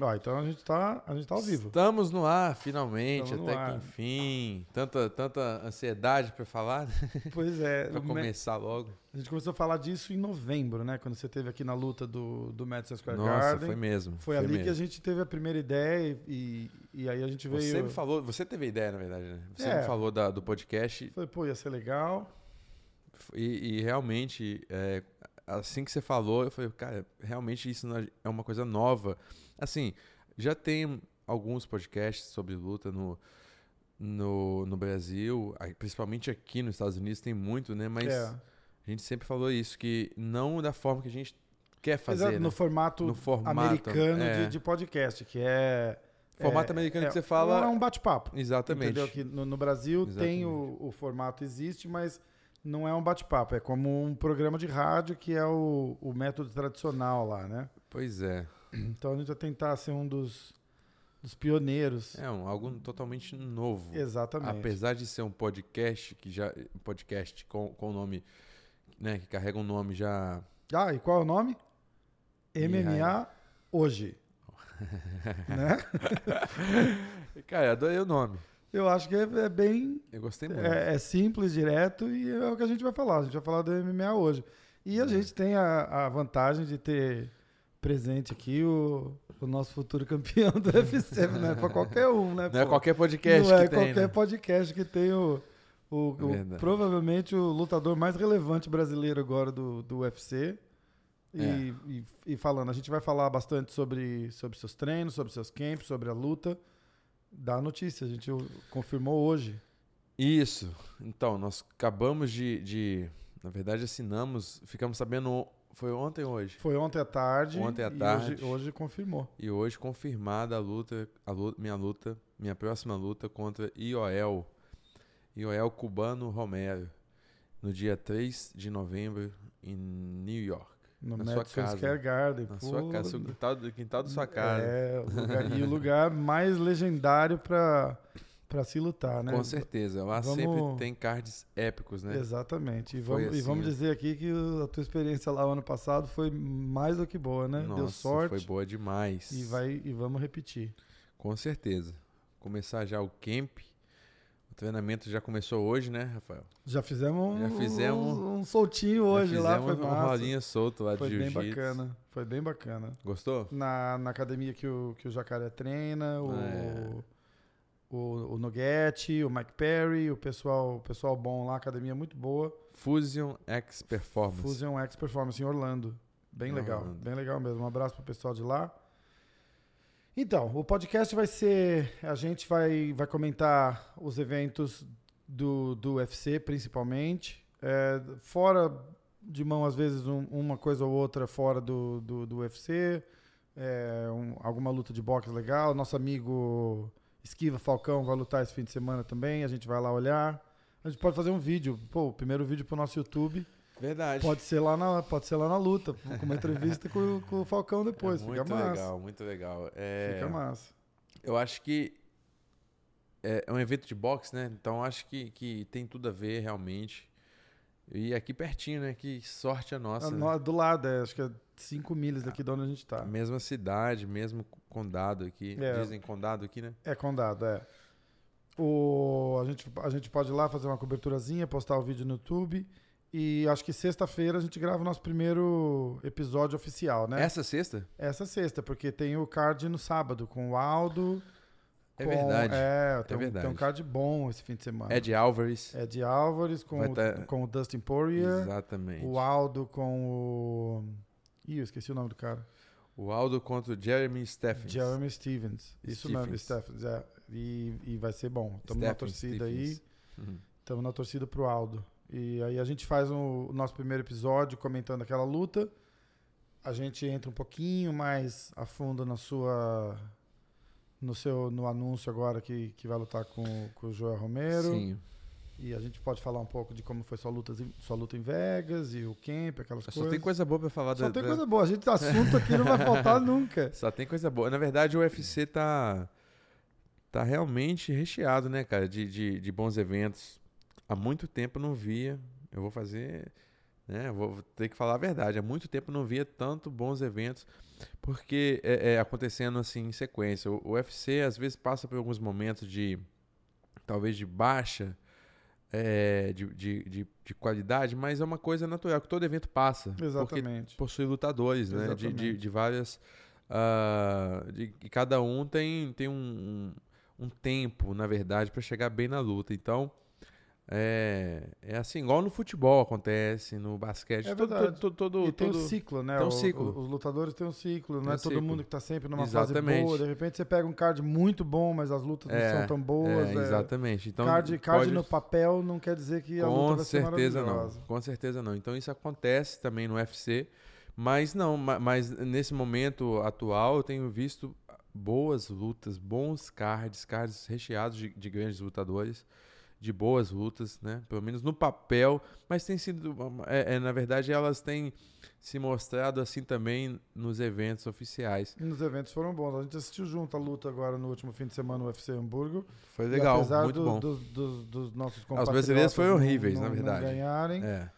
Ó, então a gente tá, a gente tá ao vivo. Estamos no ar, finalmente, Estamos no até ar. que enfim. Tanta, tanta ansiedade para falar, Pois é, para o Ma- começar logo. a gente começou a falar disso em novembro, né? Quando você teve aqui na luta do, do Madison Square Nossa, Garden. foi mesmo. Foi ali que a mesmo. gente teve a primeira ideia e, e aí a gente veio. Você me falou, você teve a ideia, na verdade, né? Você É. me falou da- do podcast Falei, pô, ia ser legal. e, e realmente, é, assim que você falou, eu falei, cara, realmente isso não é- é uma coisa nova. Assim, já tem alguns podcasts sobre luta no, no, no Brasil, aí, principalmente aqui nos Estados Unidos, tem muito, né? Mas... É. A gente sempre falou isso, que não da forma que a gente quer fazer. Exato, né? no formato No formato, americano é. de, de podcast, que é. Formato é- americano é- que você fala. É um bate-papo. Exatamente. Entendeu? Que no, no Brasil tem Exatamente. o, o formato, existe, mas não é um bate-papo. É como um programa de rádio que é o, o método tradicional lá, né? Pois é. Então a gente vai tentar ser um dos, dos pioneiros. É um, algo totalmente novo. Exatamente. Apesar de ser um podcast que já. um podcast com, com o nome. Né, que carrega um nome já. Ah, e qual é o nome? MMA Mihaly. Hoje. né? Cara, eu adorei o nome. Eu acho que é, é bem Eu gostei muito. É, é simples, direto e é o que a gente vai falar. A gente vai falar do MMA hoje. E É. a gente tem a, a vantagem de ter presente aqui o, o nosso futuro campeão do UFC, né? Pra qualquer um, né? não é pô? qualquer podcast Não que é tem. qualquer né? É podcast que tem o, o- o- Verdade. provavelmente o lutador mais relevante brasileiro agora do, do UFC. E, É. e- e falando, a gente vai falar bastante sobre, sobre seus treinos, sobre seus camps, sobre a luta. Dá notícia, a gente o- confirmou hoje. Isso. Então, nós acabamos de, de. Na verdade, assinamos. Ficamos sabendo. Foi ontem ou hoje? Foi ontem à tarde. Ontem à e hoje- Hoje, tarde. confirmou. E hoje confirmada a luta, a lu- minha luta, minha próxima luta contra Ioel. Ioel Cubano Romero. No dia 3 de novembro em New York. No Na sua Madison casa. Square Garden. Na Pô, sua casa, no quintal, do quintal da sua casa. É, o lugar- e o lugar mais legendário pra, pra se lutar, né? Com certeza. Lá Vamos- sempre tem cards épicos, né? Exatamente. E Foi vamos, e assim, vamos né? dizer aqui que o- a tua experiência lá o ano passado foi mais do que boa, né? Nossa, Deu sorte. foi boa demais. E, vai, e vamos repetir. Com certeza. Começar já o camp. O treinamento já começou hoje, né, Rafael? Já fizemos, Já um- fizemos- um, um soltinho hoje já lá, foi fizemos uma massa. rolinha solto lá Foi de bem jiu-jitsu. bacana. Foi bem bacana. Gostou? na, na academia que o, que o Jacaré treina, o, É. o, o Noguete, o Mike Perry, o pessoal, o pessoal bom lá, a academia é muito boa. Fusion X Performance. Fusion X Performance em Orlando. Bem Em legal, Orlando. bem legal mesmo. Um abraço pro pessoal de lá. Então, o podcast vai ser. A gente vai, vai comentar os eventos do, do UFC, principalmente. É, fora de mão, às vezes, um- uma coisa ou outra fora do, do, do UFC. É, um- alguma luta de boxe legal. Nosso amigo Esquiva Falcão vai lutar esse fim de semana também. A gente vai lá olhar. A gente pode fazer um vídeo. Pô, o primeiro vídeo pro nosso YouTube. Verdade. Pode ser lá na, pode ser lá na luta, com uma entrevista com, com o Falcão É depois. muito fica massa. legal, muito legal. É, Fica massa. Eu acho que é é um evento de boxe, né? Então eu acho que, que tem tudo a ver realmente. E aqui pertinho, né? Que sorte a nossa. Ah, né? no- Do lado, é, acho que é 5 milhas daqui de onde a gente tá. Mesma cidade, mesmo condado aqui. É. Dizem condado aqui, né? É condado, é. O, a, gente, a gente pode ir lá fazer uma coberturazinha, postar o vídeo no YouTube. E acho que sexta-feira a gente grava o nosso primeiro episódio oficial, né? Essa sexta? Essa sexta, porque tem o card no sábado com o Aldo. É com- verdade. É, tem, um- verdade. tem um card bom esse fim de semana. É de Álvares. É de Álvares com, Vai o, tá- com o Dustin Poirier, Exatamente. o Aldo com o. Ih, eu esqueci o nome do cara. O Aldo contra o Jeremy Stephens. Jeremy Stevens. Isso mesmo, Stephens. É. E, e vai ser bom. Estamos na Stephens, torcida Stephens. aí. Uhum. Estamos na torcida pro Aldo. E aí a gente faz um- o nosso primeiro episódio comentando aquela luta. A gente entra um pouquinho mais a fundo na sua. No seu no anúncio agora que, que vai lutar com, com o Joel Romero. Sim. E a gente pode falar um pouco de como foi sua luta, sua luta em Vegas e o camp, aquelas Só coisas. tem coisa boa pra falar Só da- tem da- coisa boa. A gente assunto aqui não vai faltar nunca. Só tem coisa boa. Na verdade, o UFC tá, tá realmente recheado, né, cara, de, de, de bons eventos. Há muito tempo eu não via. Eu vou fazer né? Eu Vou vou ter que falar a verdade. Há muito tempo eu não via tanto bons eventos, porque é, é, acontecendo assim em sequência. O, o UFC às vezes passa por alguns momentos de talvez de baixa é, de, de, de, de qualidade, mas é uma coisa natural que todo evento passa. Porque Exatamente. possui lutadores, né? De, de, Exatamente. de várias. ah, de, e cada um tem, tem um, um, um tempo, na verdade, para chegar bem na luta. Então, é, é assim, igual no futebol acontece, no basquete, É todo, todo, verdade. todo, todo- e tem um todo- ciclo, né? tem um O- ciclo. os lutadores têm um ciclo, não Tem é um todo ciclo. mundo que tá sempre numa Exatamente. fase boa. De repente você pega um card muito bom, mas as lutas É, não são tão boas. é, é. Exatamente. Então, card card pode- no papel não quer dizer que a luta Com vai ser certeza não. maravilhosa. Com certeza não. Então isso acontece também no UFC, mas não, ma- mas nesse momento atual eu tenho visto boas lutas, bons cards, cards recheados de, de grandes lutadores, de boas lutas, né? Pelo menos no papel, mas tem sido, é, é, na verdade elas têm se mostrado assim também nos eventos oficiais. E Nos eventos foram bons. A gente assistiu junto a luta agora no último fim de semana no UFC Hamburgo. Foi E legal, apesar muito do- bom. Dos, dos- dos nossos Ah, os compatriotas brasileiros foram não- horríveis, não- na verdade. Não ganharem. É,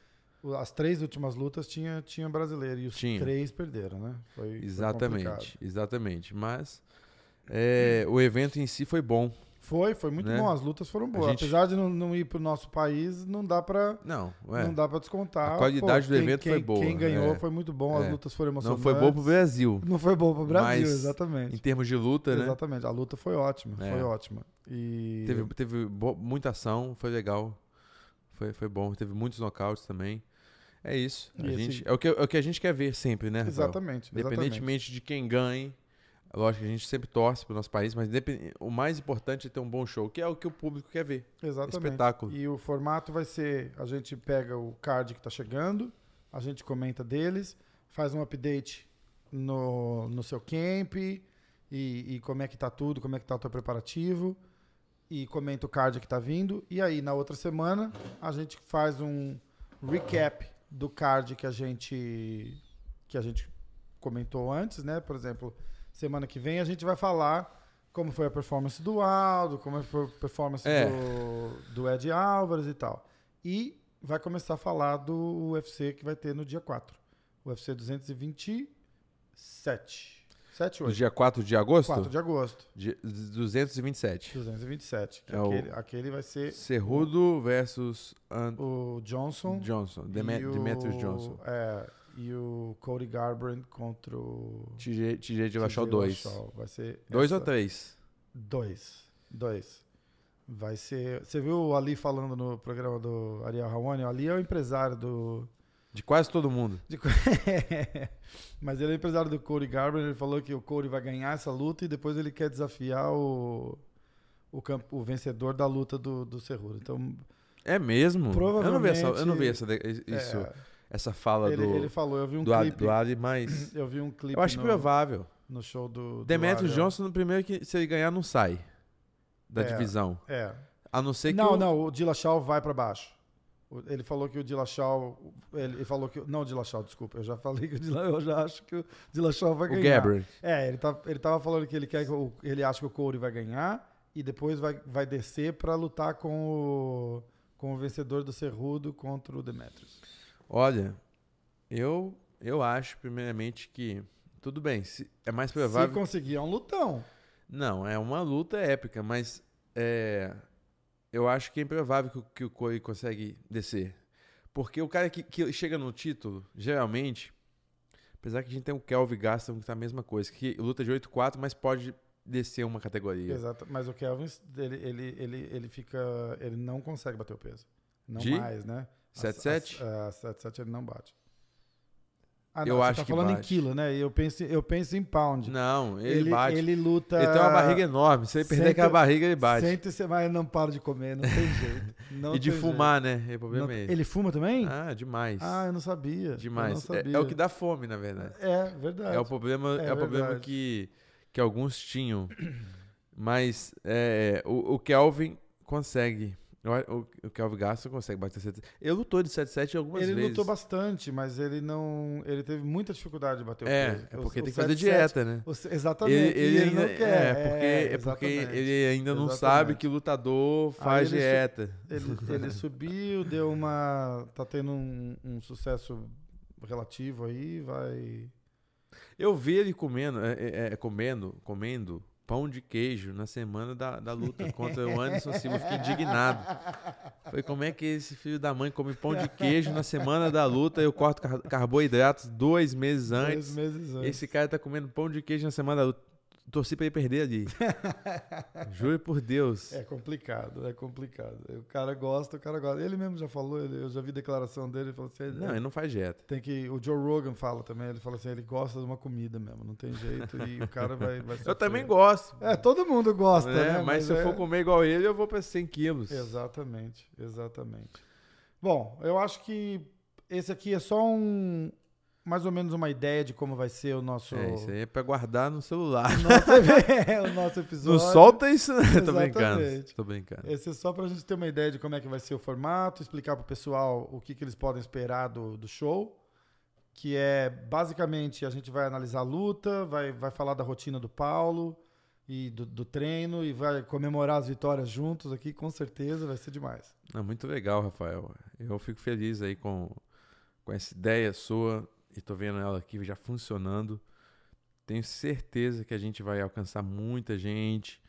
O- As três últimas lutas tinha, tinha brasileiro e os Tinha. três perderam, né? Foi- foi complicado. exatamente, exatamente. Mas é, o evento em si foi bom. Foi, foi muito Né? bom. As lutas foram boas. gente- Apesar de não, não ir pro nosso país, não dá pra, Não, é. ué. não dá pra descontar. A qualidade do evento quem, foi boa, Quem ganhou é. foi muito bom, É. as lutas foram Não emocionantes. foi bom pro Brasil. Não foi bom pro Brasil, Mas- Em exatamente. termos de luta, né? Exatamente. A luta foi ótima, É. foi ótima. E Teve, teve bo- muita ação, foi legal. Foi, foi bom. Teve muitos nocautes também. É isso. A E esse- gente, é, o que, é o que a gente quer ver sempre, né? Rafael? exatamente, exatamente. Independentemente de quem ganhe. Lógico que a gente sempre torce pro nosso país, mas independ- o mais importante é ter um bom show, que é o que o público quer ver. Exatamente. Espetáculo. E o formato vai ser: a gente pega o card que tá chegando, a gente comenta deles, faz um update no, no seu camp e, e como é que tá tudo, como é que tá o teu preparativo, e comenta o card que tá vindo. E aí, na outra semana, a gente faz um recap do card que a gente que a gente comentou antes, né? Por exemplo, semana que vem a gente vai falar como foi a performance do Aldo, como foi a performance É. do, do Ed Álvares e tal. E vai começar a falar do UFC que vai ter no dia 4. O UFC 227. 7 No hoje. dia 4 de agosto? 4 de agosto. dia 227. 227. Que É o- aquele, aquele vai ser Cerrudo versus Ant o Johnson. Johnson. e Deme- o- Demetrius Johnson. É, e o Cody Garbrandt contra o. TJ TJ de Lachal TJ 2. Dillashaw. Vai ser. 2 essa- ou 3? Dois. Dois. Vai ser. Você viu o Ali falando no programa do Ariel Rawani? O Ali é o empresário do. De quase todo mundo. de co- Mas ele é o empresário do Cody Garbrandt. Ele falou que o Cody vai ganhar essa luta e depois ele quer desafiar o. O, camp- o vencedor da luta do, do Cerrudo. Então, É mesmo? Eu não vi essa, eu não Provavelmente- vi essa, de- é, isso, essa fala ele, do, ele falou, eu vi um do, Ali, clipe. do Ali, mas Eu vi um clipe eu acho no, provável. no show do. do Demetrius Ariel. Johnson, no primeiro que se ele ganhar, não sai da É. divisão. É. A não ser que Não, o- não, o Dillashaw vai pra baixo. O- Ele falou que o Dillashaw, ele ele falou que não o Dillashaw, desculpa, eu já falei que o Dila, eu já acho que o Dillashaw vai o ganhar. Gabriel. É, ele tá, ele tava falando que ele quer que o, ele acha que o Corey vai ganhar e depois vai, vai descer pra lutar com o com o vencedor do Cerrudo contra o Demetrius. Olha, eu, eu acho, primeiramente, que tudo bem. se- é mais Se provável. conseguir é um lutão. Não, é uma luta épica, mas é, eu acho que é improvável que, o- que o Corey consegue descer. Porque o cara que, que chega no título, geralmente, apesar que a gente tem o Kelvin Gaston, que tá a mesma coisa, que luta de 8-4, mas pode descer uma categoria. Exato, mas o Kelvin ele, ele, ele, ele fica ele não consegue bater o peso. Não De? mais, né? 7-7? A- a- É, 7-7 ele não bate. Ah, Eu você acho tá que falando em bate. quilo, né? Eu penso, eu penso em pound. Não, ele, bate. Ele, Ele luta. tem uma barriga enorme. Se ele perder Cento- aquela barriga, ele bate. Sente, você vai não para de comer, não tem jeito. Não e de tem fumar, né? O jeito. Não problema é tem- esse. ele fuma também? Ah, Ah, demais. eu não sabia. eu não demais. É- sabia. é o que dá fome, na verdade. É, verdade. É o problema, é É o problema verdade. que, que alguns tinham. Mas é, o, o Kelvin consegue O, o, o Kelvin Gaston consegue bater 77. Ele lutou de 77 algumas ele vezes. lutou bastante, mas ele não. Ele teve muita dificuldade de bater É, o peso. é O- porque o tem que fazer 77, dieta, né? o- exatamente. e Ele, não ainda- quer. É, porque, é porque exatamente. ele ainda não Exatamente. sabe que lutador faz ele su- dieta. Ele, ele subiu, deu uma. Tá tendo um, um sucesso relativo aí, vai. Eu vi ele comendo, é, é, é, comendo, comendo pão de queijo na semana da, da luta contra o Anderson Silva. Eu fiquei indignado. Falei, como é que esse filho da mãe come pão de queijo na semana da luta? Eu corto car- carboidratos dois meses Dois antes. meses antes. Esse cara tá comendo pão de queijo na semana da luta. Torci pra ele perder ali. Juro por Deus. É complicado, é complicado. O cara gosta, o cara gosta. Ele mesmo já falou, ele- eu já vi declaração dele, ele falou assim, Não, é, ele não faz dieta. tem que. O Joe Rogan fala também, ele fala assim, ele gosta de uma comida mesmo, não tem jeito, e o cara vai. vai Eu sofrer. também gosto. É, todo mundo gosta, né? né? Mas, se eu é- for comer igual ele, eu vou pra 100 quilos. Exatamente, exatamente. Bom, eu acho que esse aqui é só um. Mais ou menos uma ideia de como vai ser o nosso. É, isso aí é pra guardar no celular. nosso, o nosso Não episódio. solta isso, né? Tô brincando. Exatamente. Tô brincando. Esse é só pra gente ter uma ideia de como é que vai ser o formato, explicar pro pessoal o que, que eles podem esperar do, do show. Que é basicamente a gente vai analisar a luta, vai, vai falar da rotina do Paulo e do, do treino e vai comemorar as vitórias juntos aqui, com certeza, vai ser demais. É muito legal, Rafael. Eu fico feliz aí com, com essa ideia sua e tô vendo ela aqui já funcionando. Tenho certeza que a gente vai alcançar muita gente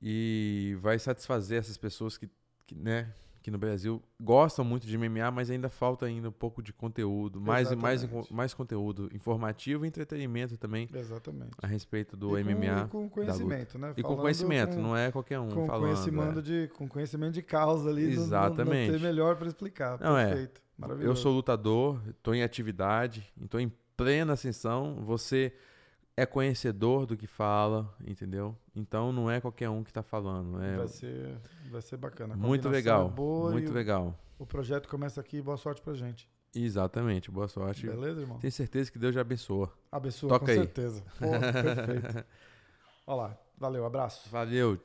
e vai satisfazer essas pessoas que, que, né, que no Brasil gostam muito de MMA, mas ainda falta ainda um pouco de conteúdo, mais e mais, Exatamente. mais conteúdo informativo e entretenimento também Exatamente. a respeito do e com- MMA. e com, conhecimento, né? E com Falando conhecimento, com, não é qualquer um com falando. conhecimento é. de com conhecimento de causa ali, não- não- Exatamente. Não, tem é melhor para explicar. Não, é. Perfeito. Maravilhoso. Eu sou lutador, estou em atividade, estou em plena ascensão. Você é conhecedor do que fala, entendeu? Então não é qualquer um que está falando. É Vai ser, vai ser bacana. A muito combinação legal. é boa e muito o- legal. O projeto começa aqui. Boa sorte pra gente. Exatamente. Boa sorte. Beleza, irmão? Tenho certeza que Deus já abençoa. Abençoa, Toca com aí. certeza. Pô, perfeito. Olha lá. Valeu, abraço. Valeu.